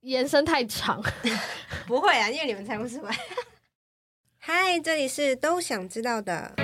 延伸太长。 不会啊，因为你们才不是吧？ 嗨，这里是都想知道的。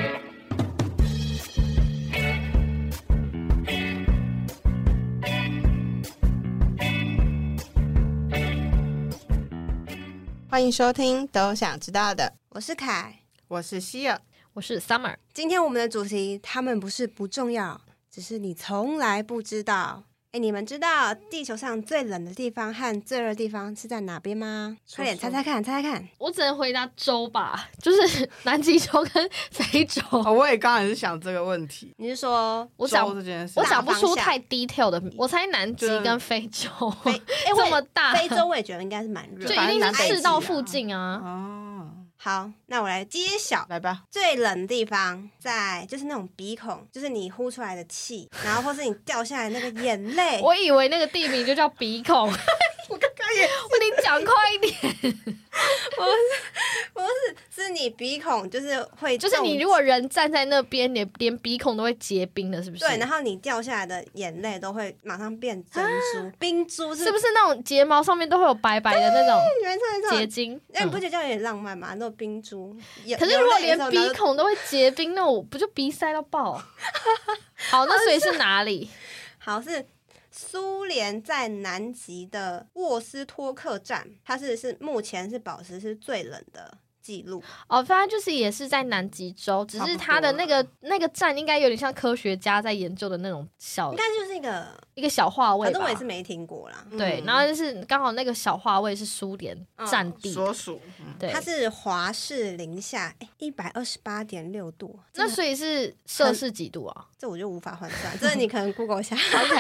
欢迎收听《都想知道的》，我是凯，我是希尔。我是 Summer，今天我们的主题，他们不是不重要，只是你从来不知道。哎，你们知道地球上最冷的地方和最热的地方是在哪边吗？说快点猜说猜看，猜猜看。我只能回答洲吧， 就是南极洲跟非洲。哦，我也刚才是想这个问题，你是说我洲想这件事，我想想不不出出太太 detail 的，我猜南极跟非洲非？哎，我 这也么大，非洲我也觉得应该是蛮热就的。反一定正南是北赤极道啊附近啊。哦，好，那我来揭晓来吧，最冷的地方在就是那种鼻孔，就是你呼出来的气，然后或是你掉下来那个眼泪。我以为那个地名就叫鼻孔，我 你讲快一点，不是，是你鼻孔就是会就是你中如果人站在那边，你连鼻孔都会结冰的，是不是？对，然后你掉下来的眼泪都会马上变珍珠、冰珠是，啊是不是？是那种睫毛上面都会有白白的那种你们真的结这种，晶？哎，你不嗯觉得这样有点浪漫吗？那种冰珠，有可是如果有泪连的时候鼻然后就孔都会结冰，那我不就鼻塞到 爆？好，那所以是哪里？好是苏联在南极的沃斯托克站，它是是目前是保持是最冷的记录。哦，反正就是也是在南极洲，只是它的那个那个站应该有点像科学家在研究的那种小应该就是一个，一个小话位反吧正我也是没听过啦。对，嗯然后就是刚好那个小话位是苏联占地，所属，嗯对它，是华氏零下哎一百二十八点六度，那所以是摄氏几度啊这我就无法换算，这你可能 Google 一下。 ？OK，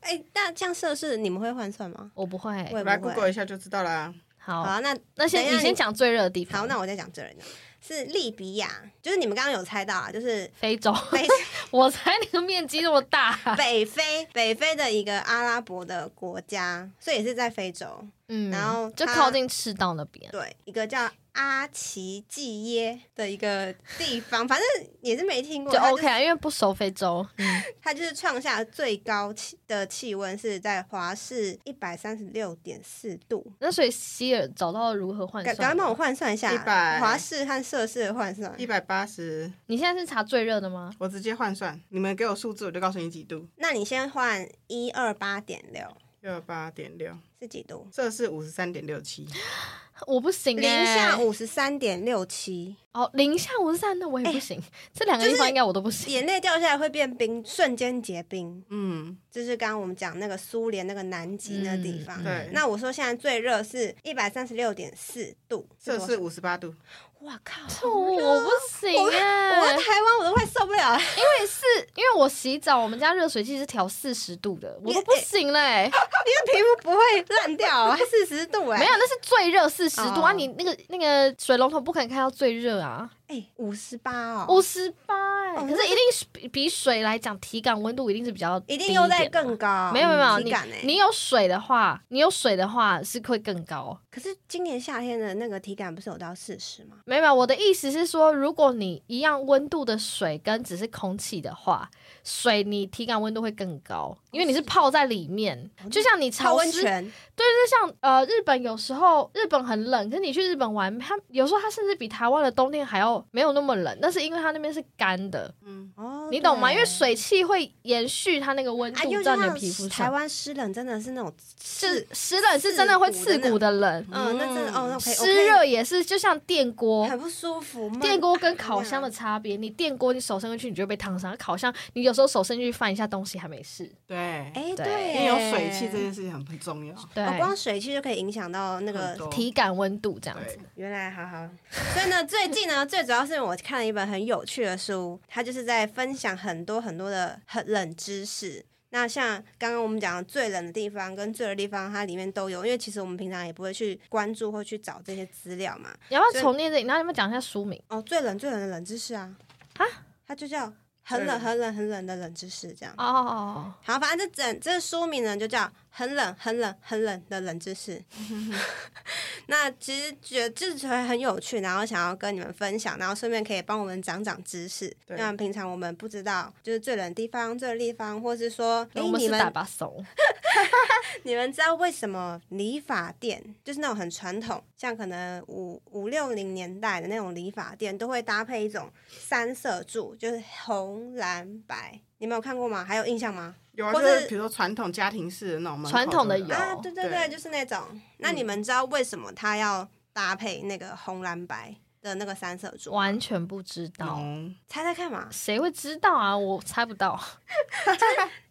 哎、那这样摄氏你们会换算吗？我不会。我也来不会。 ，Google 一下就知道啦。好好，啊，那那等一先下你先你讲最热的地方。好，那我再讲这人呢，是利比亚，就是你们刚刚有猜到啊，就是非洲， 北我猜那个面积那么大，北非北非的一个阿拉伯的国家，所以也是在非洲。嗯，然后就它靠近赤道那边。对，一个叫阿奇季耶的一个地方，反正也是没听过。就它 OK 啊，因为不熟非洲，嗯，它就是创下最高气的气温是在华氏一百三十六点四度。那所以希尔找到如何换赶算？赶快帮我换算一下100华氏和摄氏的换算一。百八十，你现在是查最热的吗？我直接换算，你们给我数字，我就告诉你几度。那你先换一二八点六六八点六，是几度？摄氏五十三点六七，我不行、欸，零下五十三点六七，哦，零下五十三，那我也不行。这两个地哎就方是应该我都不行。眼泪掉下来会变冰，瞬间结冰。嗯，这是刚刚我们讲那个苏联那个南极那地方。嗯对那我说现在最热是一百三十六点四度，摄氏是多五十八度，少。哇靠！这我我不行我哎、我在台湾我都快受不了了。 因为是因为我洗澡，我们家热水器是调四十度的，我都不行嘞、哎皮肤不会烂掉、啊，四十度哎、没有，那是最热四十度、哦啊！你那个那个水龙头不可能开到最热啊，哎，五十八哦，五十八。欸哦可是一定是比比水来讲，体感温度一定是比较一低定又在点啊更高，没有没有没有，体感哎、你你有水的话，你有水的话是会更高。可是今年夏天的那个体感不是有到四十吗？没有没有，我的意思是说，如果你一样温度的水跟只是空气的话，水你体感温度会更高，因为你是泡在里面，就像你嗯泡潮温湿，泉，对，就像呃日本有时候日本很冷，可是你去日本玩，它有时候它甚至比台湾的冬天还要没有那么冷，那是因为它那边是干的，嗯，哦，你懂吗？对因为水汽会延续它那个温啊，又度到你的像皮肤台上，湾湿冷真的是那种是，湿冷是真的会刺骨的冷。嗯，那真的哦，那可以湿热也是，就像电锅，很不舒服吗？电锅跟烤箱的差别，你电锅你手伸进去你就会被烫伤，烤箱你有时候手伸进去翻一下东西还没事。对，对哎，对，因为有水汽这件事情很很重要，对，哦，光水汽就可以影响到那很个多体感温度这样子对。，原来好好，所以呢，最近呢，最主要是我看了一本很有趣的书，它就是在分享很多很多的很冷知识。那像刚刚我们讲的最冷的地方跟最热的地方，它里面都有，因为其实我们平常也不会去关注或去找这些资料嘛。你要不要重念这里？然后你们讲一下书名？哦，最冷最冷的冷知识啊，啊，它就叫很最冷冷很冷很冷的冷知识这样。哦哦哦，好，反正这整这个书名呢就叫《很冷、很冷、很冷的冷 知识。那其实觉得这觉得很有趣，然后想要跟你们分享，然后顺便可以帮我们长长知识。对那平常我们不知道，就是最冷的地方、最热的地方，或是说，哎、我们你是打们把手，你们知道为什么理发店就是那种很传统，像可能五五六零年代的那种理发店，都会搭配一种三色柱，就是红、蓝、白。你们有看过吗？还有印象吗？有啊，或就是是比如说传统家庭式的那种门口传统的有啊，对对对，对就是那种。那你们知道为什么它要搭配那个红蓝白的那个三色柱？完全不知道，浓，猜猜看嘛，谁会知道啊？我猜不到，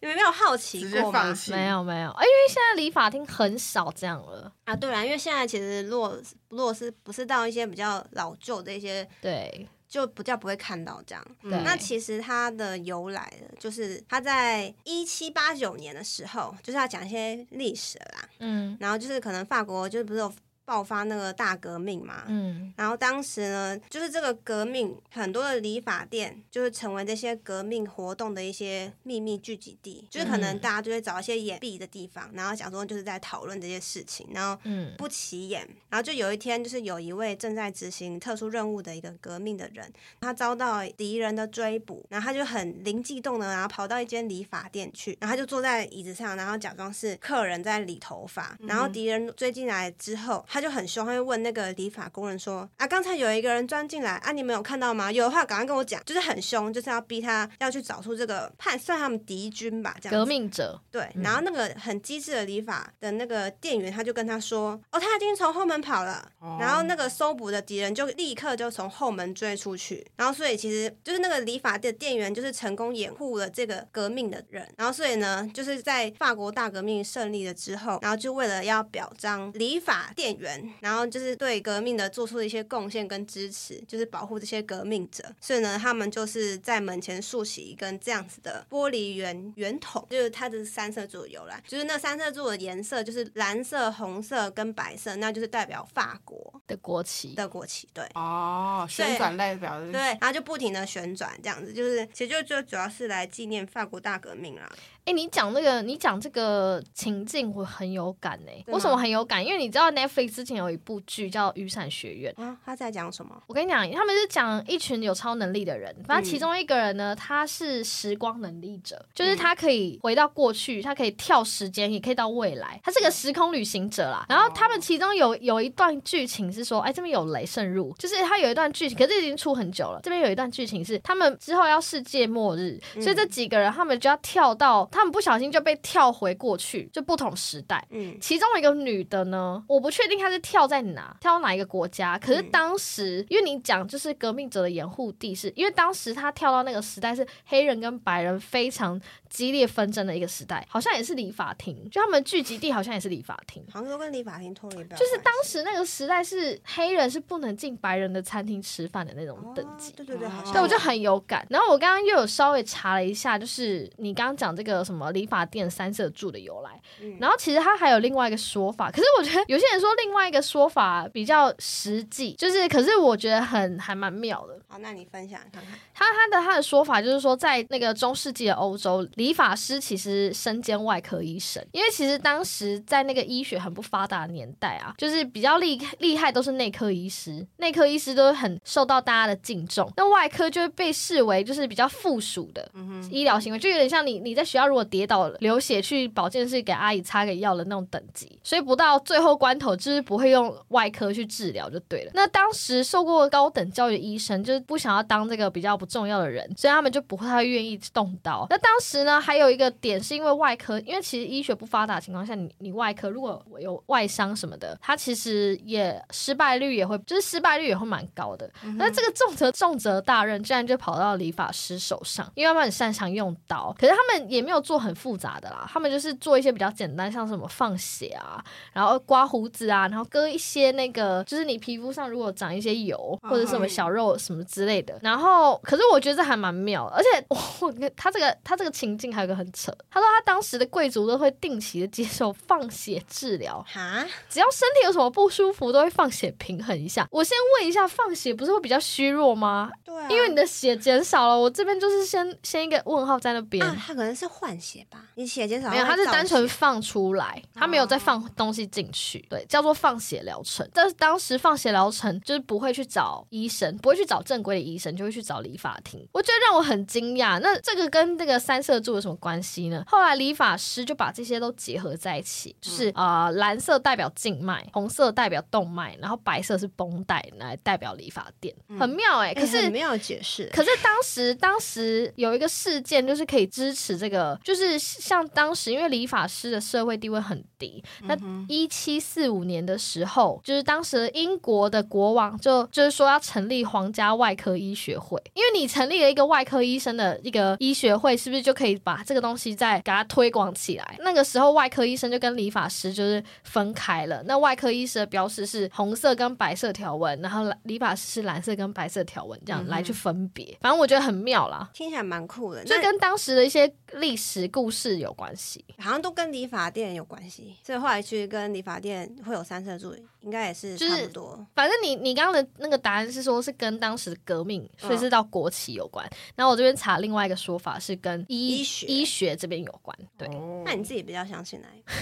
你们没有好奇 直接过放吗？弃，哦没有没有，哎，因为现在理发厅很少这样了，啊，对啦，因为现在其实如果如果是不是到一些比较老旧的一些，对就比较不会看到这样。对，嗯那其实它的由来呢，就是它在一七八九年的时候，就是要讲一些历史了啦。嗯然后就是可能法国就是不是有爆发那个大革命嘛，嗯然后当时呢，就是这个革命，很多的理发店就是成为这些革命活动的一些秘密聚集地，就是可能嗯大家就会找一些掩蔽的地方，然后想说就是在讨论这些事情，然后嗯不起眼。然后就有一天，就是有一位正在执行特殊任务的一个革命的人，他遭到敌人的追捕，然后他就很灵机一动呢，然后跑到一间理发店去，然后他就坐在椅子上，然后假装是客人在理头发。然后敌人追进来之后，他就很凶，他就问那个理发工人说：“啊，刚才有一个人钻进来啊，你们有看到吗？有的话赶快跟我讲。”就是很凶，就是要逼他要去找出这个判算他们敌军吧，这样革子。命者，对，然后那个很机智的理发的那个店员，他就跟他说：“哦，他已经从后门跑了。哦然后那个搜捕的敌人就立刻就从后门追出去。然后所以其实就是那个理发店店员就是成功掩护了这个革命的人。然后所以呢，就是在法国大革命胜利了之后，然后就为了要表彰理发店员，然后就是对革命的做出的一些贡献跟支持，就是保护这些革命者。所以呢，他们就是在门前竖起一根这样子的玻璃圆圆筒，就是它的三色柱的由来，就是那三色柱的颜色就是蓝色、红色跟白色，那就是代表法国。的国旗，的国旗，对哦，旋转代表的嗯对，然后就不停的旋转，这样子就是，其实就就主要是来纪念法国大革命啦。哎、你讲那个，你讲这个情境，我很有感哎、吗为什么很有感？因为你知道 Netflix 之前有一部剧叫《雨伞学院》。啊，他在讲什么？我跟你讲，他们是讲一群有超能力的人，反正其中一个人呢，他是时光能力者，就是他可以回到过去，他可以跳时间，也可以到未来，他是个时空旅行者啦。然后他们其中有有一段剧情是说，哎，这边有雷渗入，就是他有一段剧情，可是已经出很久了。这边有一段剧情是他们之后要世界末日，所以这几个人他们就要跳到，他们不小心就被跳回过去，就不同时代。嗯，其中一个女的呢，我不确定她是跳在哪，跳到哪一个国家。可是嗯当时，因为你讲就是革命者的掩护地是，因为当时她跳到那个时代是黑人跟白人非常激烈纷争的一个时代，好像也是理发厅，就他们聚集地好像也是理发厅。好像都跟理发厅脱离不了关系，就是当时那个时代是黑人是不能进白人的餐厅吃饭的那种等级哦，。对对对，好像对，我就有很有感。然后我刚刚又有稍微查了一下，就是你刚刚讲这个什么理发店三色柱的由来，嗯然后其实它还有另外一个说法，可是我觉得有些人说另外一个说法比较实际，就是可是我觉得很还蛮妙的。好，那你分享看看。他他的他的说法就是说，在那个中世纪的欧洲，理发师其实身兼外科医生，因为其实当时在那个医学很不发达的年代啊，就是比较厉厉害都是内科医师，内科医师都很受到大家的敬重，那外科就会被视为就是比较附属的医疗行为，就有点像你你在学校如果跌倒了流血去保健室给阿姨擦个药的那种等级，所以不到最后关头就是不会用外科去治疗就对了。那当时受过高等教育的医生就是不想要当这个比较不重要的人，所以他们就不太愿意动刀。那当时呢，还有一个点是因为外科，因为其实医学不发达的情况下，你你外科如果有外伤什么的，它其实也失败率也会就是失败率也会蛮高的。嗯那这个重责重责大任，居然就跑到理发师手上，因为他们很擅长用刀，可是他们也没有做很复杂的啦，他们就是做一些比较简单，像什么放血啊，然后刮胡子啊，然后割一些那个，就是你皮肤上如果长一些油嗯或者什么小肉什么之类的。然后，可是我觉得这还蛮妙的，而且哦我我他这个他这个情境还有一个很扯，他说他当时的贵族都会定期的接受放血治疗，哈，只要身体有什么不舒服，都会放血平衡一下。我先问一下，放血不是会比较虚弱吗？对啊，因为你的血减少了，我这边就是先先一个问号在那边。啊，他可能是换血吧，你血减少没有，会它是造单纯血哦放出来，它没有再放东西进去，对，叫做放血疗程。但是当时放血疗程就是不会去找医生，不会去找正规的医生，就会去找理发厅。我觉得让我很惊讶，那这个跟那个三色柱有什么关系呢？后来理发师就把这些都结合在一起，就是嗯啊、呃蓝色代表静脉，红色代表动脉，然后白色是绷带来代表理发店，很妙哎、欸可是、很没有解释，可是当时，当时有一个事件，就是可以支持这个，就是像当时因为理发师的社会地位很低，那一七四五年的时候，就是当时英国的国王就就是说要成立皇家外科医学会，因为你成立了一个外科医生的一个医学会，是不是就可以把这个东西再给它推广起来？那个时候外科医生就跟理发师就是分开了，那外科医师的标识是红色跟白色条纹，然后理发师是蓝色跟白色条纹这样来去分别，反正我觉得很妙啦。听起来蛮酷的，这那跟当时的一些历史故事有关系，好像都跟理发店有关系，所以后来去跟理发店会有三色柱，应该也是就差是不多。反正你你刚刚的那个答案是说，是跟当时的革命，嗯所以是到国旗有关。然后我这边查另外一个说法是跟医医学医学这边有关。对，哦那你自己比较相信哪一个？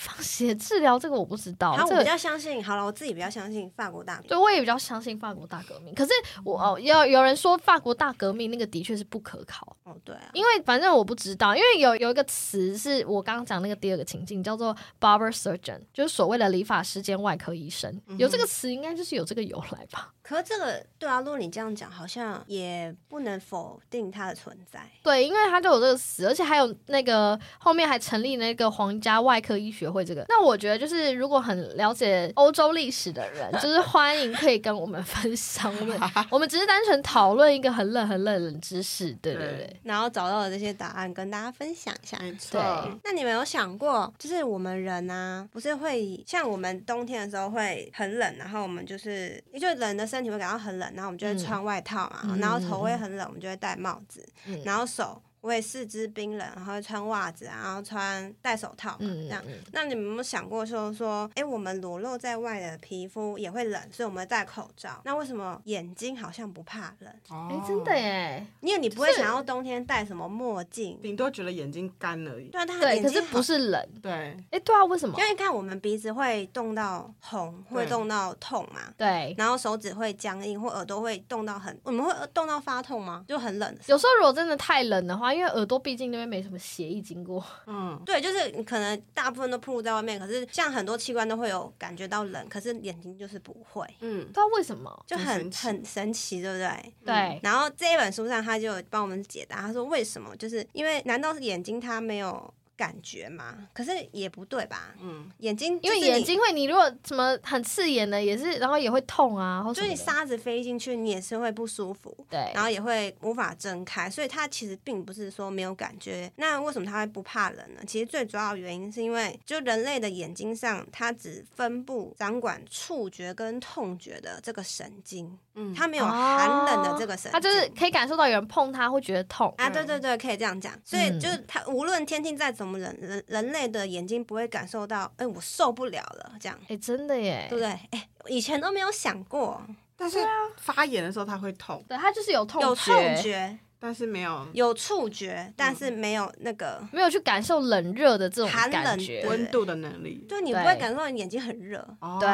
放血治疗这个我不知道然，后这我比个较相信，好了，我自己比较相信法国大革命。对我也比较相信法国大革命。可是我哦，要有人说法国大革命那个的确是不可靠，哦，对啊，因为反正我不知道，因为有有一个词是我刚刚讲那个第二个情境叫做 barber surgeon，就是所谓的理发师兼外科医生，有嗯这个词应该就是有这个由来吧。可是这个对啊，如果你这样讲，好像也不能否定它的存在。对，因为他就有这个词，而且还有那个后面还成立那个皇家外科医学会。这个，那我觉得就是如果很了解欧洲历史的人，就是欢迎可以跟我们 分享。我们我们只是单纯讨论一个很冷很冷的冷知识，对对对。然后找到了这些答案，跟大家分享一下。没错，对那你们有想过，就是我们人啊，不是会像我们冬天的时候会很冷，然后我们就是因为人的身体会感到很冷，然后我们就会嗯穿外套嘛，嗯然后头会很冷，我们就会戴帽子，嗯然后手会四肢冰冷，然后会穿袜子啊，然后穿戴手套嘛，嗯这样。嗯那你们有没有想过说说，哎、我们裸露在外的皮肤也会冷，所以我们戴口罩。那为什么眼睛好像不怕冷？哎、哦真的，耶，因为你不会想要冬天戴什么墨镜，顶多觉得眼睛干而已。对啊，它哦对，眼可睛是好不是冷，对，哎、对啊，为什么因？为你看我们鼻子会冻到红，会对冻到痛嘛，对，然后手指会僵硬，或耳朵会冻到很，我们会冻到发痛吗？就很冷的时候。有时候如果真的太冷的话，因为耳朵毕竟那边没什么血液经过，嗯，对，就是你可能大部分都暴露在外面，可是像很多器官都会有感觉到冷，可是眼睛就是不会，嗯，不知道为什么。就很很神奇很神奇，对不对？对，然后这一本书上他就有帮我们解答，他说为什么？就是因为难道是眼睛它没有感觉吗？可是也不对吧，嗯，眼睛因为就是你眼睛会，你如果什么很刺眼的，也是，然后也会痛啊，或就是你什么的沙子飞进去，你也是会不舒服。对，然后也会无法睁开，所以它其实并不是说没有感觉。那为什么它会不怕冷呢？其实最主要的原因是因为，就人类的眼睛上，它只分布掌管触觉跟痛觉的这个神经，嗯它没有寒冷的这个神经。他嗯哦就是可以感受到有人碰他会觉得痛，啊，对对对，可以这样讲。所以嗯就是它无论天气再怎么冷，人人类的眼睛不会感受到，哎，我受不了了，这样哎、真的耶，对不对？哎，以前都没有想过但是发炎的时候它会痛，对，他就是有痛有觉，痛觉、但是没有有触觉，但嗯是没有那个。没有去感受冷热的这种寒冷感觉，对温度的能力。对，你不对哦会感受到你眼睛很热，哦对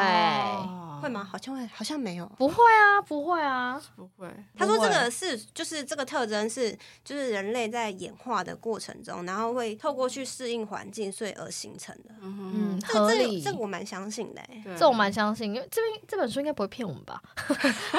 会吗？？好像会，好像没有。不会啊，不会啊，不会，他说不会这个是就是这个特征是就是人类在演化的过程中，然后会透过去适应环境，所以而形成的。嗯哼。嗯，这个合这理，个这个我蛮相信的、欸 对这我蛮相信，因为这边这本书应该不会骗我们吧？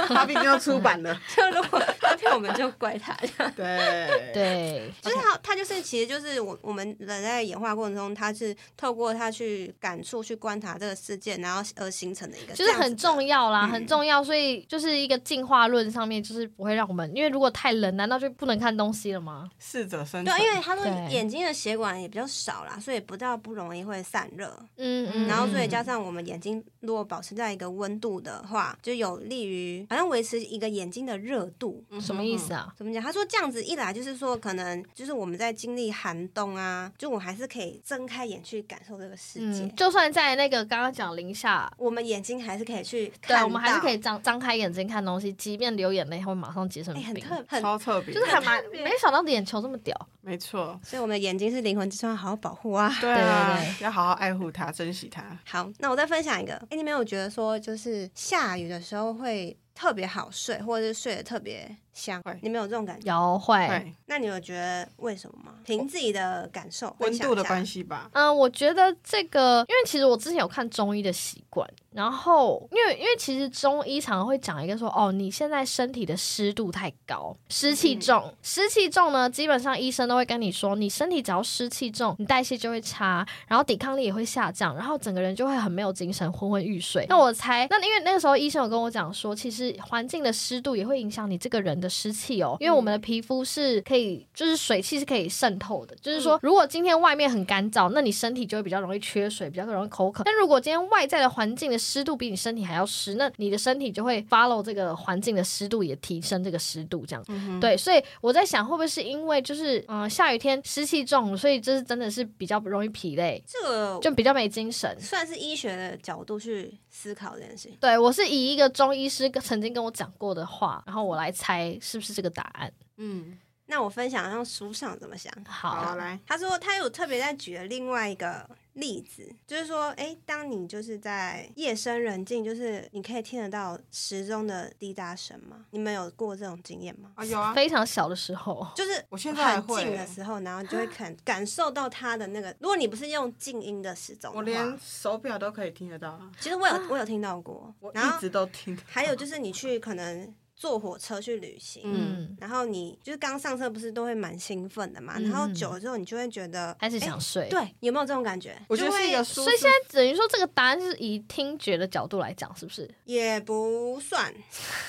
他毕竟要出版了，就如果他骗我们，就怪他。象。对，对， 就是它，它就是，其实就是我我们人在演化过程中，它是透过它去感触、去观察这个世界，然后而形成的一个，就是很重。要啦，嗯很重要，所以就是一个进化论上面，就是不会让我们，因为如果太冷，难道就不能看东西了吗？适者生存。对，啊因为他说对眼睛的血管也比较少啦，所以不到不容易会散热。嗯嗯，然后所以嗯加上我们眼睛如果保持在一个温度的话，就有利于好像维持一个眼睛的热度。什么意思啊？啊？怎么讲？他说这样子一来就是说，可能就是我们在经历寒冬啊，就我还是可以睁开眼去感受这个世界。嗯，就算在那个刚刚讲零下。我们眼睛还是可以去看对，啊到，我们还是可以张张开眼睛看东西，即便流眼泪，会马上结成哎、很冰，特很，超特别，就是还蛮没想到眼球这么屌。没错，所以我们的眼睛是灵魂之窗，好好保护啊。对啊对对，要好好爱护它，珍惜它。好，那我再分享一个，哎、你没有觉得说就是下雨的时候会特别好睡，或者是睡得特别香会？你们有这种感觉？摇会，对，那你有觉得为什么吗？凭自己的感受，温度的关系。系吧。嗯，我觉得这个，因为其实我之前有看中医的习惯，然后因为因为其实中医常常会讲一个说，哦，你现在身体的湿度太高，湿气嗯重，湿气重呢，基本上医生都会跟你说，你身体只要湿气重，你代谢就会差，然后抵抗力也会下降，然后整个人就会很没有精神，昏昏欲睡。那我猜，那因为那个时候医生有跟我讲说，其实环境的湿度也会影响你这个人的湿气哦，因为我们的皮肤是可以，就是水汽是可以渗透的，就是说，如果今天外面很干燥，那你身体就会比较容易缺水，比较容易口渴。但如果今天外在的环境的湿度比你身体还要湿，那你的身体就会 follow 这个环境的湿度，也提升这个湿度，这样对，所以我在想，会不会是因为就是嗯、呃下雨天湿气重，所以就是真的是比较容易疲累，这个就比较没精神。算是医学的角度去思考这件事情。对我是以一个中医师曾经跟我讲过的话，然后我来猜是不是这个答案。嗯，那我分享让书上怎么想。好好，，来，他说他有特别在举了另外一个例子，就是说，哎，当你就是在夜深人静，就是你可以听得到时钟的滴答声吗？你们有过这种经验吗？啊有啊，非常小的时候，就是我现在还很会近的欸，时候，然后你就会感感受到它的那个。如果你不是用静音的时钟的话，我连手表都可以听得到啊，其实我有我有听到过我，然一后直都听得到。还有就是你去可能坐火车去旅行，嗯，然后你就是刚上车不是都会蛮兴奋的嘛，嗯然后久了之后你就会觉得开始诶想睡。对，有没有这种感觉？我觉得是一就个会舒所以适现在等于说，这个答案是以听觉的角度来讲，是不是？也不算，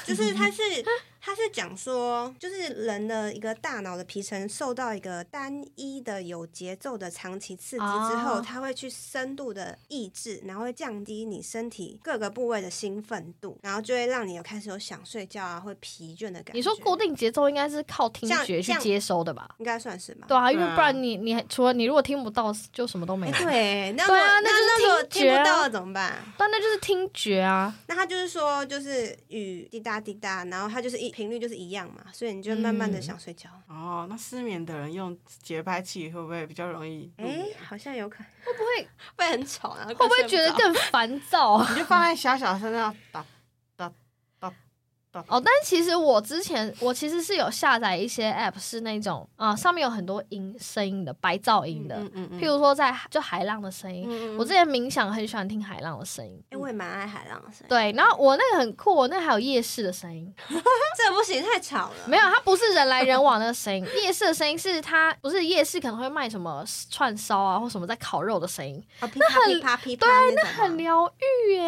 就是 它是它是讲说，就是人的一个大脑的皮层受到一个单一的有节奏的长期刺激之后，哦它会去深度的抑制，然后会降低你身体各个部位的兴奋度，然后就会让你有开始有想睡觉啊，会疲倦的感觉。你说固定节奏应该是靠听像觉去像接收的吧？应该算是吧？对啊，因为对啊不然你你除了你如果听不到，就什么都没哎、有。 对，那对我啊那那就是那如果听听觉不啊到了怎么办？但那就是听觉啊，那他就是说，就是雨滴答滴答，然后它就是一频率就是一样嘛，所以你就慢慢的嗯想睡觉。哦，那失眠的人用节拍器会不会比较容易哎、入眠？好像有可能会不会会很吵，然后会不会觉得更烦躁 啊？你就放在小小声那样打打打打。哦，但其实我之前我其实是有下载一些 app，是那种啊、呃上面有很多音声音的白噪音的，嗯嗯嗯譬如说在就海浪的声音，嗯我之前冥想很喜欢听海浪的声音。哎、我也蛮爱海浪的声音。对，啊然后我那个很酷，我那还有夜市的声音，这不行，太吵了。没有，它不是人来人往的声 音，夜市的声音是它不是夜市可能会卖什么串烧啊或什么在烤肉的声音，啊，噼啪噼啪噼啪那种吗，很疗愈耶。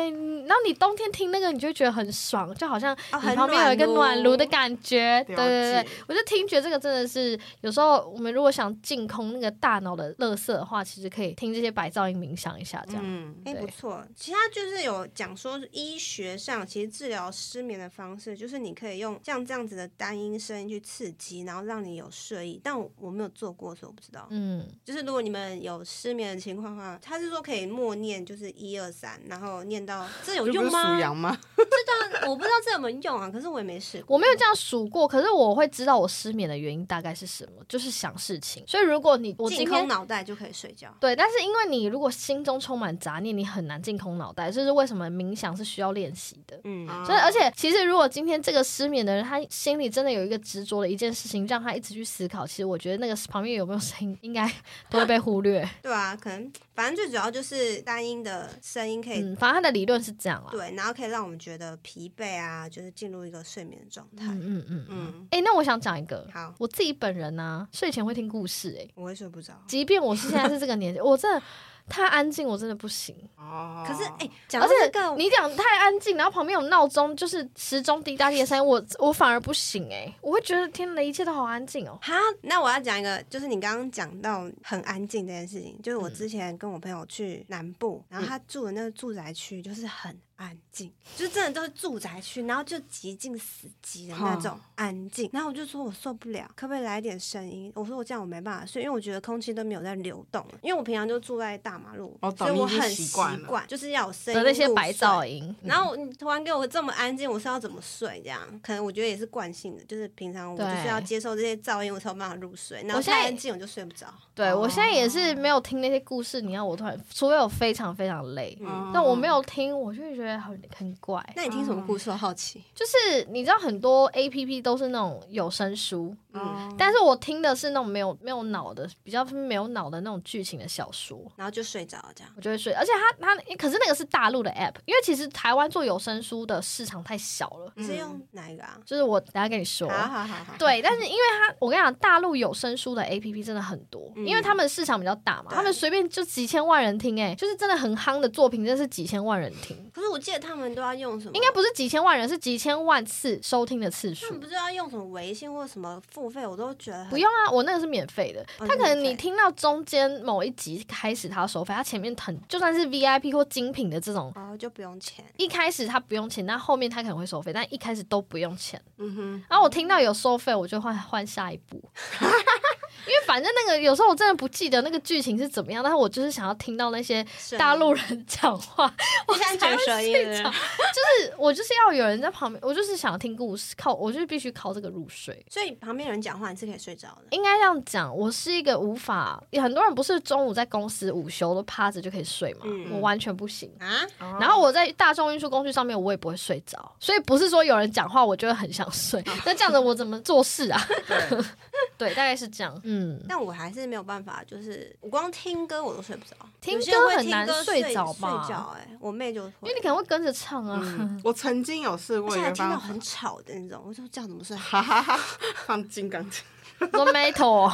然后你冬天听那个，你就会觉得很爽，就好像哦你很旁边有一个暖炉的感。感觉。对对了对解，我就听觉这个真的是，有时候我们如果想净空那个大脑的垃圾的话，其实可以听这些白噪音冥想一下，这样。嗯，哎、对不错。其实他就是有讲说，医学上其实治疗失眠的方式，就是你可以用像这样子的单音声音去刺激，然后让你有睡意。但我我没有做过，所以我不知道。嗯，就是如果你们有失眠的情况的话，他是说可以默念，就是一二三，然后念到这有这不用是啊属吗？羊吗？但我不知道这有没有用啊，可是我也没试过。我没有这样数过，可是我会知道我失眠的原因大概是什么，就是想事情。所以如果你我今净空天脑袋就可以睡觉。对，但是因为你如果心中充满杂念，你很难净空脑袋，这是为什么冥想是需要练习的。嗯，啊所以，而且，其实如果今天这个失眠的人，他心里真的有一个执着的一件事情，让他一直去思考，其实我觉得那个旁边有没有声音，应该 都会被忽略。对啊，可能反正最主要就是单音的声音可 以、嗯，反正他的理论是这样啦。对，然后可以让我们觉得疲惫啊，就是进入一个睡眠的状态。嗯嗯嗯嗯。嗯，哎、那我想讲一个，好，我自己本人呢、睡前会听故事、哎，我会睡不着。即便我是现在是这个年纪， 我真的太安静，我真的不行。哦，可是哎，讲而到且这个，你讲太安静，然后旁边有闹钟，就是时钟滴答滴的声音，我我反而不行哎、我会觉得天哪，一切都好安静哦。哈，那我要讲一个，就是你刚刚讲到很安静这件事情，就是我之前跟我朋友去南部，然后他住的那个住宅区就是很安静，就是真的都是住宅区，然后就极尽死寂的那种安静。然后我就说我受不了，可不可以来一点声音？我说我这样我没办法睡，因为我觉得空气都没有在流动了，因为我平常就住在大马路，哦所以懂你我已经很习习惯了惯，就是要有声音的那些入白睡噪音，然后你突然给我这么安静，我是要怎么睡？这样可能我觉得也是惯性的，就是平常我就对是要接受这些噪音，我才有办法入睡。然后我现在太安静我就睡不着。对我现在也哦是没有听那些故事，你要我突然，除非我非常非常累，嗯但我没有听，我就会觉得很很怪。那你听哦什么故事？我好奇。就是你知道很多 A P P 都是那种有声书，嗯，哦，但是我听的是那种没有没有脑的，比较没有脑的那种剧情的小说。然后就睡着了这样。我就会睡，而且它它可是那个是大陆的 app，因为其实台湾做有声书的市场太小了，你是用哪一个啊？就是我等一下跟你说。好好好好。对，但是因为它，我跟你讲，大陆有声书的 A P P 真的很多，嗯因为他们市场比较大嘛，对他们随便就几千万人听、哎，就是真的很夯的作品，真的是几千万人听，可是我记得他们都要用什么？应该不是几千万人，是几千万次收听的次他数们。不是要用什么微信或什么付费，我都觉得很不。用啊，我那个是免费的。他哦可能免你费听到中间某一集开始他收费，他前面很就算是 VIP 或精品的这种哦，就不用钱。一开始他不用钱，但后面他可能会收费，但一开始都不用钱。嗯哼，然后我听到有收费，我就换换下一步， 因为反正那个有时候我真的不记得那个剧情是怎么样，但是我就是想要听到那些大陆人讲 话，第 三卷舌音的人，就是我就是要有人在旁边，我就是想要听故事，靠，我就必须靠这个入睡。所以旁边有人讲话你是可以睡着的。应该这样讲，我是一个无法，很多人不是中午在公司午休都趴着就可以睡嘛，嗯我完全不行。啊，然后我在大众运输工具上面，我也不会睡着，所以不是说有人讲话我就会很想睡。那这样子我怎么做事啊？对，哦 对，大概是这样。嗯，但我还是没有办法，就是我光听歌我都睡不着，听有些人歌会很难听歌睡睡着吧睡着哎、我妹就会，因为你可能会跟着唱啊。 嗯我曾经有试而过且一还个听到方法，很吵的那种，我说这样怎么睡？哈哈哈，放金刚经。说 metal，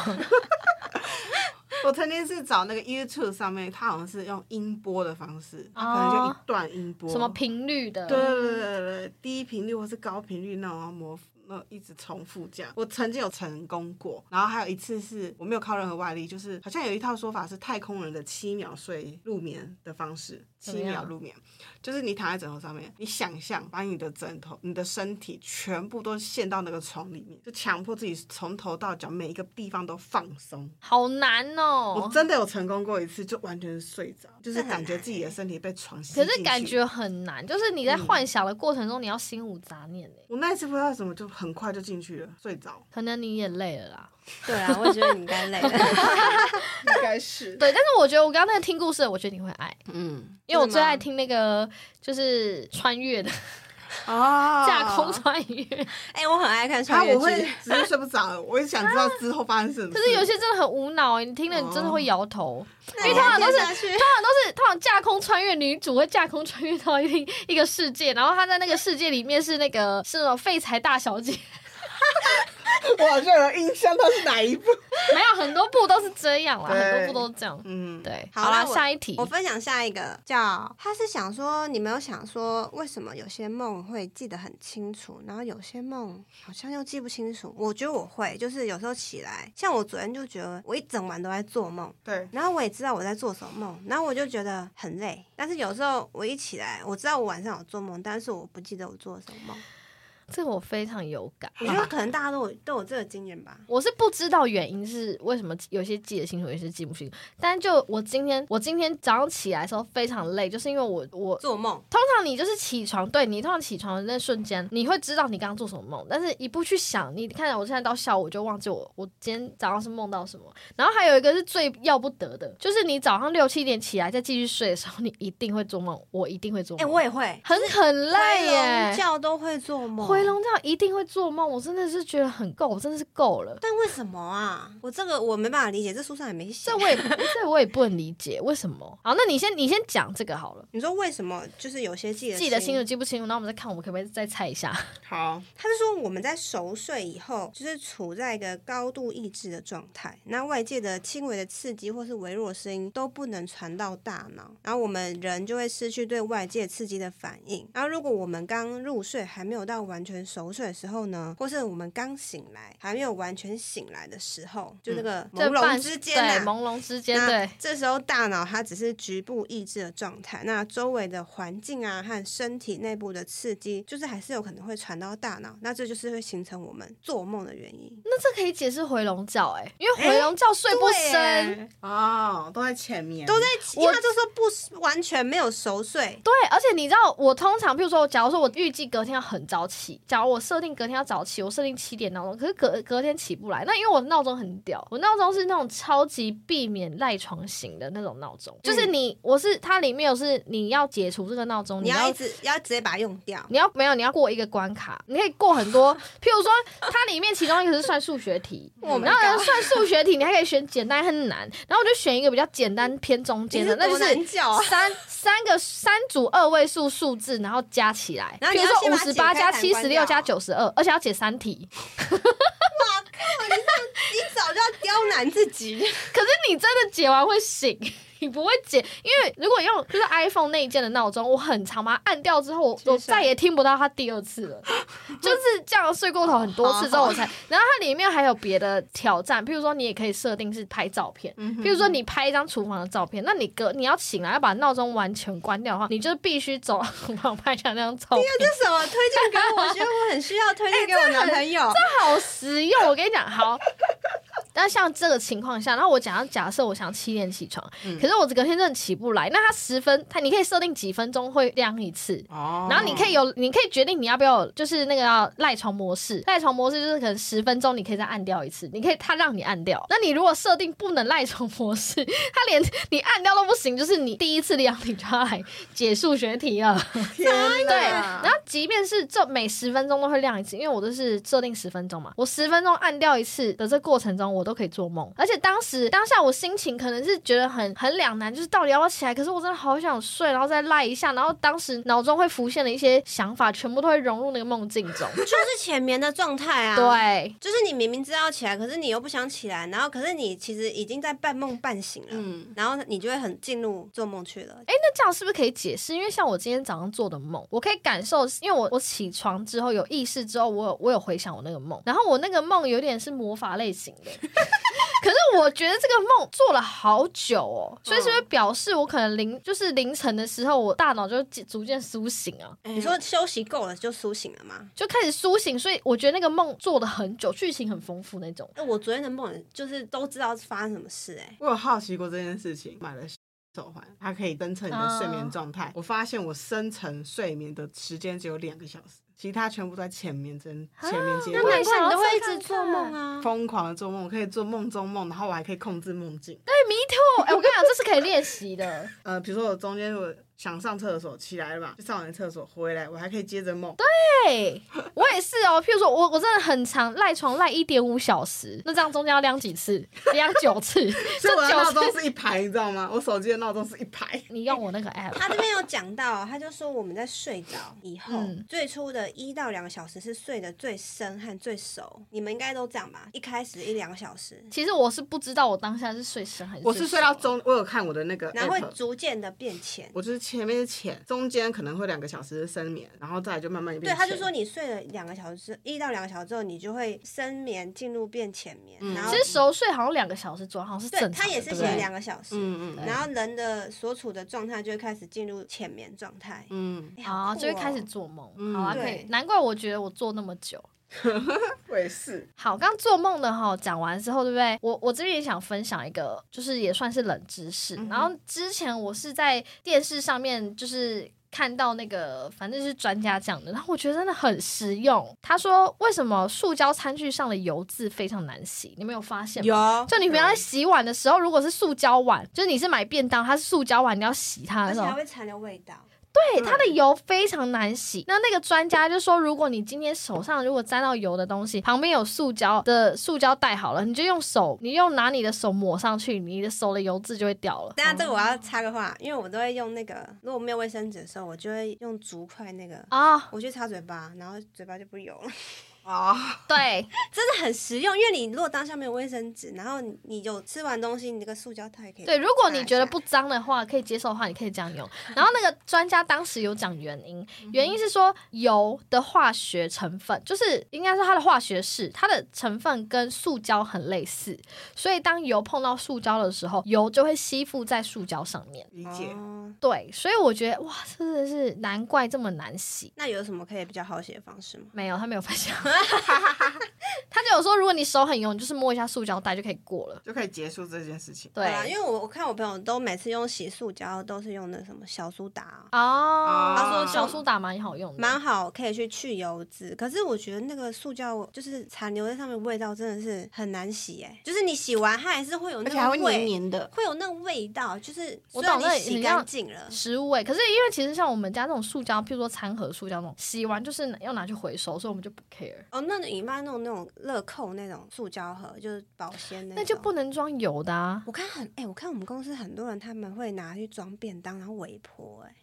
我曾经是找那个 YouTube 上面，它好像是用音波的方式，它可能就一段音波，哦什么频率的？对对对对对，低频率或是高频率那种要模那一直重复这样。我曾经有成功过，然后还有一次是我没有靠任何外力，就是好像有一套说法是太空人的七秒睡入眠的方式，怎么七样秒入眠，就是你躺在枕头上面，你想象把你的枕头、你的身体全部都陷到那个床里面，就强迫自己从头到脚每一个地方都放松。好难我哦。真的有成功过一次，就完全是睡着，就是那很感觉难自己欸的身体被床吸可进是感去觉很难，就是你在幻想的过程中，你要心无杂念欸。我那一次不知道怎么就很快就进去了，睡着可能你也累了 啦。对啊，我也觉得你应该累了。 应该是。对，但是我觉得我刚刚那个听故事的，我觉得你会爱，嗯。因为我真的最吗爱听那个就是穿越的，哦。架空穿越。哎、我很爱看啊，穿越我会剧，只是睡不着，我也想知道之后发生什么事。可是有些真的很无脑欸，你听了你真的会摇头。因因为通常都是是通常都是通常架空穿越，女主会架空穿越到一一个世界，然后她在那个世界里面是那个是那种废柴大小 姐，我好像有印象，它是哪一部？没有很多部都是这样啦，对很多部都是这样。嗯，对，好好啦，那我下一题我分享下一个叫，他是想说，你没有想说为什么有些梦会记得很清楚，然后有些梦好像又记不清楚。我觉得我会，就是有时候起来，像我昨天就觉得我一整晚都在做梦，对，然后我也知道我在做什么梦，然后我就觉得很累。但是有时候我一起来，我知道我晚上有做梦，但是我不记得我做了什么啊梦。这个我非常有感。我觉得可能大家都有都有这个经验吧。我是不知道原因是为什么有些记得清楚，有些记不清楚。但就我今天，我今天早上起来的时候非常累，就是因为我 我做梦，通常你就是起床，对你通常起床的那瞬间，你会知道你刚刚做什么梦，但是一不去想，你看我现在到下午我就忘记我我今天早上是梦到什么。然后还有一个是最要不得的，就是你早上六七点起来再继续睡的时候，你一定会做梦，我一定会做 哎、梦，我也会，很很累回笼耶，觉都会做梦，回回笼觉一定会做梦，我真的是觉得很够，我真的是够了。但为什么啊？我这个我没办法理解，这书上也没写这。我也 这我也不能理解为什么。好，那你先你先讲这个好了，你说为什么？就是有些记得记得清楚记不清楚，那我们再看我们可不可以再猜一下。好，他是说我们在熟睡以后，就是处在一个高度抑制的状态，那外界的轻微的刺激或是微弱的声音都不能传到大脑，然后我们人就会失去对外界刺激的反应。然后如果我们刚入睡还没有到完全熟睡的时候呢，或是我们刚醒来还没有完全醒来的时候，就那个朦嗯这胧半之间啊，对，朦胧之间，那对，这时候大脑它只是局部抑制的状态，那周围的环境啊和身体内部的刺激，就是还是有可能会传到大脑，那这就是会形成我们做梦的原因。那这可以解释回笼觉哎、因为回笼觉睡不对深。耶哦，都在前面，都在，因为我他就说不完全没有熟睡，对，而且你知道，我通常，譬如说，假如说我预计隔天要很早起，假如我设定隔天要早起，我设定七点闹钟，可是隔隔天起不来，那因为我闹钟很屌，我闹钟是那种超级避免赖床型的那种闹钟，就是你，我是它里面有是你要解除这个闹钟，嗯你哦你要要一直要直接把它用掉。你要没有，你要过一个关卡，你可以过很 多。譬如说，它里面其中一个是算数学题， Oh my 然后算数学题，你还可以选简单和难，然后我就选一个比较简单偏中间的，那就是难叫啊！ 三三个三组二位数数字，然后加起来，然后比你如要说先五把它十解开八加才七能关十六掉加九十二，而且要解三题。你早就要刁难自 己，可是你真的解完会醒， 你不会解，因为如果用就是 iPhone 内建的闹钟，我很常把它按掉之后，我确实我再也听不到它第二次了。就是这样睡过头很多次之后，我才。然后它里面还有别的挑战，譬如说你也可以设定是拍照片，譬如说你拍一张厨房的照片，那你隔你要醒来要把闹钟完全关掉的话，你就必须走到 厨房拍下那张照片。这是什么推荐给我？我觉得我很需要推荐给我男朋哎友。好实用，我跟你讲，好。但像这个情况下，然后我讲，假设我想七点起床，可是我隔天真的起不来，那它十分，它你可以设定几分钟会亮一次。哦，然后你可以有，你可以决定你要不要，就是那个赖床模式。赖床模式就是可能十分钟你可以再按掉一次，你可以它让你按掉。那你如果设定不能赖床模式， 它连你按掉都不行，就是你第一次亮你就要来解数学题了。天对，哪然后即便是这每十分钟都会亮一次，因为我都是设定十分钟嘛，我十分钟按掉一次的这过程中，我都可以做梦。而且当时当下我心情可能是觉得很很两难，就是到底要不要起来？可是我真的好想睡，然后再赖一下，然后当时脑中会浮现的一些想法，全部都会融入那个梦境中。就是浅眠的状态啊。。对，就是你明明知道起来，可是你又不想起来，然后可是你其实已经在半梦半醒了，嗯然后你就会很进入做梦去了。哎，那这样是不是可以解释？因为像我今天早上做的梦，我可以感受，因为我我起床之后有意识之后，我有我有回想我那个梦，然后我那个梦有点是魔法类型的。 可是我觉得这个梦做了好久哦，所以是不是表示我可能凌就是凌晨的时候，我大脑就逐渐苏醒啊，你说休息够了就苏醒了吗？就开始苏醒，所以我觉得那个梦做的很久，剧情很丰富那种。哎，我昨天的梦就是都知道发生什么事、哎，我有好奇过这件事情，买了手环，它可以侦测你的睡哦眠状态。我发现我深层睡眠的时间只有两个小时，其他全部都在浅眠真啊浅眠阶那难我段也。怪你想都要会试一直看做梦啊。疯狂的做梦，我可以做梦中梦，然后我还可以控制梦境。对，me too。哎，我跟你讲，这是可以练习的。呃，比如说我中间我想上厕所，起来了嘛，就上完厕所回来，我还可以接着梦。对， 我也是哦。譬如说我我真的很常赖床赖一点五小时，那这样中间要量几次？量九次， 所以我的这闹九钟次。是一排，你知道吗？我手机的闹钟是一排。你用我那个 app，他这边有讲到，他就说我们在睡着以后，嗯最初的一到两个小时是睡得最深和最熟，你们应该都这样吧？一开始一两个小时，其实我是不知道我当下是睡深还是我是睡熟到中，我有看我的那个然后会 app，逐渐的变浅。我就是前面是浅，中间可能会两个小时是深眠，然后再来就慢慢地变对，浅。他就说你睡了两个小时，一到两个小时之后，你就会深眠进入变浅眠，然后其实熟睡好像两个小时左右，好像是对正常的。他也是对不写对两个小时，嗯嗯对然后人的所处的状态就会开始进入浅眠状态，嗯，哎好啊，酷就会开始哦做梦。嗯好啊，可对以。难怪我觉得我做那么久。我也是。好，刚做梦的哈，讲完之后，对不对？我我这边也想分享一个，就是也算是冷知识。嗯哼然后之前我是在电视上面，就是。看到那个，反正是专家讲的，然后我觉得真的很实用。他说，为什么塑胶餐具上的油渍非常难洗？你们有发现吗？有就你平常在洗碗的时候，如果是塑胶碗，就是你是买便当，它是塑胶碗，你要洗它的而时且候还，会残留味道。对，它的油非常难洗。那那个专家就说，如果你今天手上如果沾到油的东西，旁边有塑胶的塑胶袋好了，你就用手，你用拿你的手抹上去，你的手的油渍就会掉了。等下这个我要插个话，因为我都会用那个，如果没有卫生纸的时候，我就会用竹筷那个。啊，我去擦嘴巴，然后嘴巴就不油了， 哦，对，真的很实用。因为你如果当下没有卫生纸，然后你你有吃完东西，你那个塑胶袋可以 对，如果擦你一觉得下不脏的话，可以接受的话，你可以这样用。然后那个专家当时有讲原因，原因是说油的化学成分，就是应该是它的化学式，它的成分跟塑胶很类似，所以当油碰到塑胶的时候，油就会吸附在塑胶上面。理解。哦对，所以我觉得哇，真的是难怪这么难洗。那有什么可以比较好写的方式吗？没有，他没有分享，他就有说，如果你手很油，你就是摸一下塑胶袋就可以过了。就可以结束这件事情。对好啊啦因为我我看我朋友都每次用洗塑胶都是用那什么小苏打，啊哦，他说就小苏打蛮好用的，蛮好，可以去去油脂。可是我觉得那个塑胶就是残留在上面的味道真的是很难洗哎、就是你洗完它还是会有那而且还个会味，黏黏的，会有那个味道，就是我虽然懂那你洗很像干净了，食物味。可是因为其实像我们家这种塑胶，譬如说餐盒塑胶那种，洗完就是要拿去回收，所以我们就不 care。哦，那你妈弄那种乐扣那种塑胶盒，就是保鲜那种那就不。能装油的啊！我看很哎、我看我们公司很多人他们会拿去装便当，然后微波哎、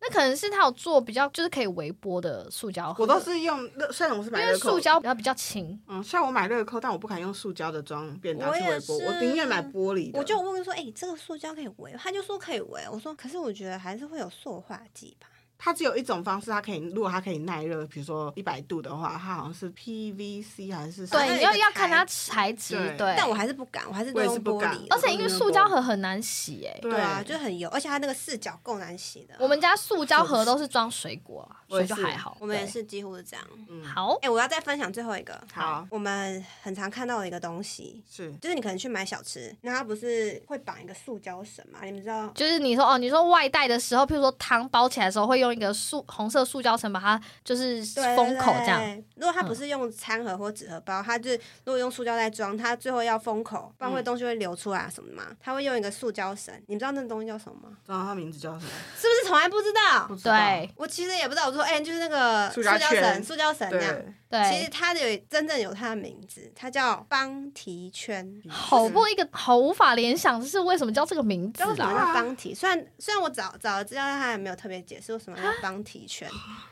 那可能是它有做比较就是可以微波的塑胶盒，我都是用乐，虽然我是因买为乐扣塑，胶比较比较轻。嗯，虽然我买乐扣，但我不敢用塑胶的装便当我去也微波，我是啊宁愿买玻璃的。我就问说，哎、这个塑胶可以微？他就说可以微。我说，可是我觉得还是会有塑化剂吧。它只有一种方式，它可以，如果它可以耐热，比如说一百度的话，它好像是 PVC 还是什么它有对，一你要个要台看它材质，对对。但我还是不敢，我还是都我也用是不玻敢璃。而且因为塑胶盒很难洗诶、对对啊，就很油，而且它那个视角够难洗的。我们家塑胶盒都是装水果啊，我所也以就是还好。我们也对。是几乎是这样。嗯好哎、，我要再分享最后一个，好我们很常看到的一个东西，是就是你可能去买小吃，那它不是会绑一个塑胶绳嘛？你们知道？就是你说哦，你说外带的时候，譬如说汤包起来的时候，会用一个塑红色塑胶层把它就是对对封口这样。对如果它不是用餐盒或纸盒包，它就是如果用塑胶袋装，它最后要封口，不然会东西会流出来啊什么的嘛。它会用一个塑胶绳，你们知道那东西叫什么吗？不知道它名字叫什么，是不是从来不知道不？知道。对我其实也不知道，我说哎、就是那个塑塑胶胶绳，圈塑胶绳那样。对，对，其实它的有真正有它的名字，它叫邦提圈。好不一个好无法联想，就是为什么叫这个名字知道为什么啊啦？叫邦提？虽然虽然我找找了资料，但它也没有特别解释为什么叫邦提圈。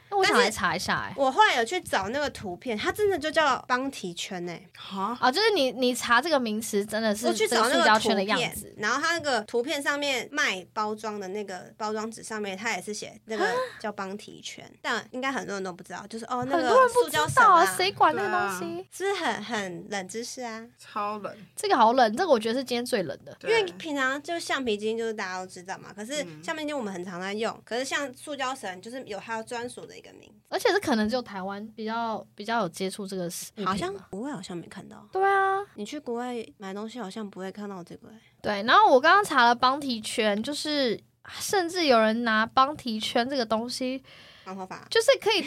那我想但是来查一下、欸，我后来有去找那个图片，它真的就叫邦提圈欸呢、哈，啊，就是你你查这个名词真的是我去这个找那塑胶个圈图的样片子，，然后它那个图片上面卖包装的那个包装纸上面，它也是写那啊个叫邦提圈，但应该很多人都不知道，就是哦那很多个人不塑胶知绳道啊，谁管那个对东啊西？是不是很很冷知识啊？超冷，这个好冷，这个我觉得是今天最冷的。因因为平常就橡皮筋就是大家都知道嘛，可是橡皮筋我们很常在用，可是像塑胶绳就是有它专属的一个名字，而且是可能只有台湾比较比较有接触这个事，好像国外好像没看到。对啊，你去国外买东西好像不会看到这个、欸，对。然后我刚刚查了邦提圈，就是甚至有人拿邦提圈这个东西，绑头发就是可以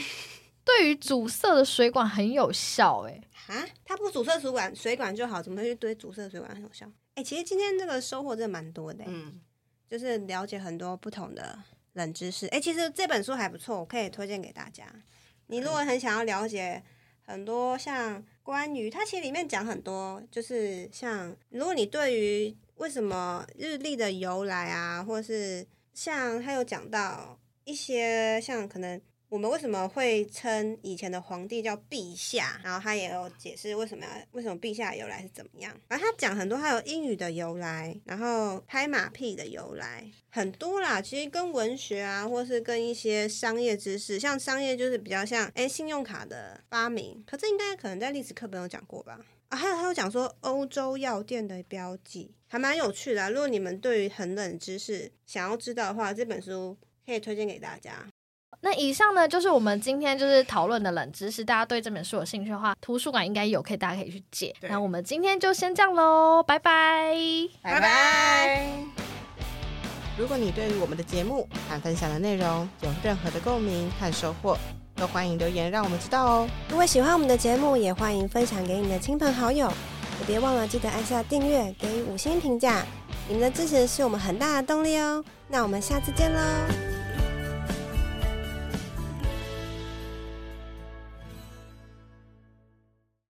对于阻塞的水管很有效、欸，啊？它不阻塞水管，水管就好，怎么会去堆阻塞水管很有效？哎、其实今天这个收获真的蛮多的欸、嗯，就是了解很多不同的冷知识。哎、其实这本书还不错，我可以推荐给大家。你如果很想要了解很多像关于它，其实里面讲很多，就是像如果你对于为什么日历的由来啊，或是像它有讲到一些像可能。我们为什么会称以前的皇帝叫陛下？然后他也有解释为什么要为什么陛下的由来是怎么样。然后他讲很多，还有英语的由来，然后拍马屁的由来，很多啦。其实跟文学啊，或是跟一些商业知识，像商业就是比较像哎信用卡的发明，可这应该可能在历史课本有讲过吧？啊，还有还有讲说欧洲药店的标记，还蛮有趣的啊、如果你们对于很冷的知识想要知道的话，这本书可以推荐给大家。那以上呢，就是我们今天就是讨论的冷知识。大家对这本书有兴趣的话，图书馆应该有，可以大家可以去借。对那我们今天就先这样喽，拜拜。拜拜如果你对于我们的节目和分享的内容有任何的共鸣和收获，都欢迎留言让我们知道哦。如果喜欢我们的节目，也欢迎分享给你的亲朋好友，也别忘了记得按下订阅，给予五星评价。你们的支持是我们很大的动力哦。那我们下次见喽。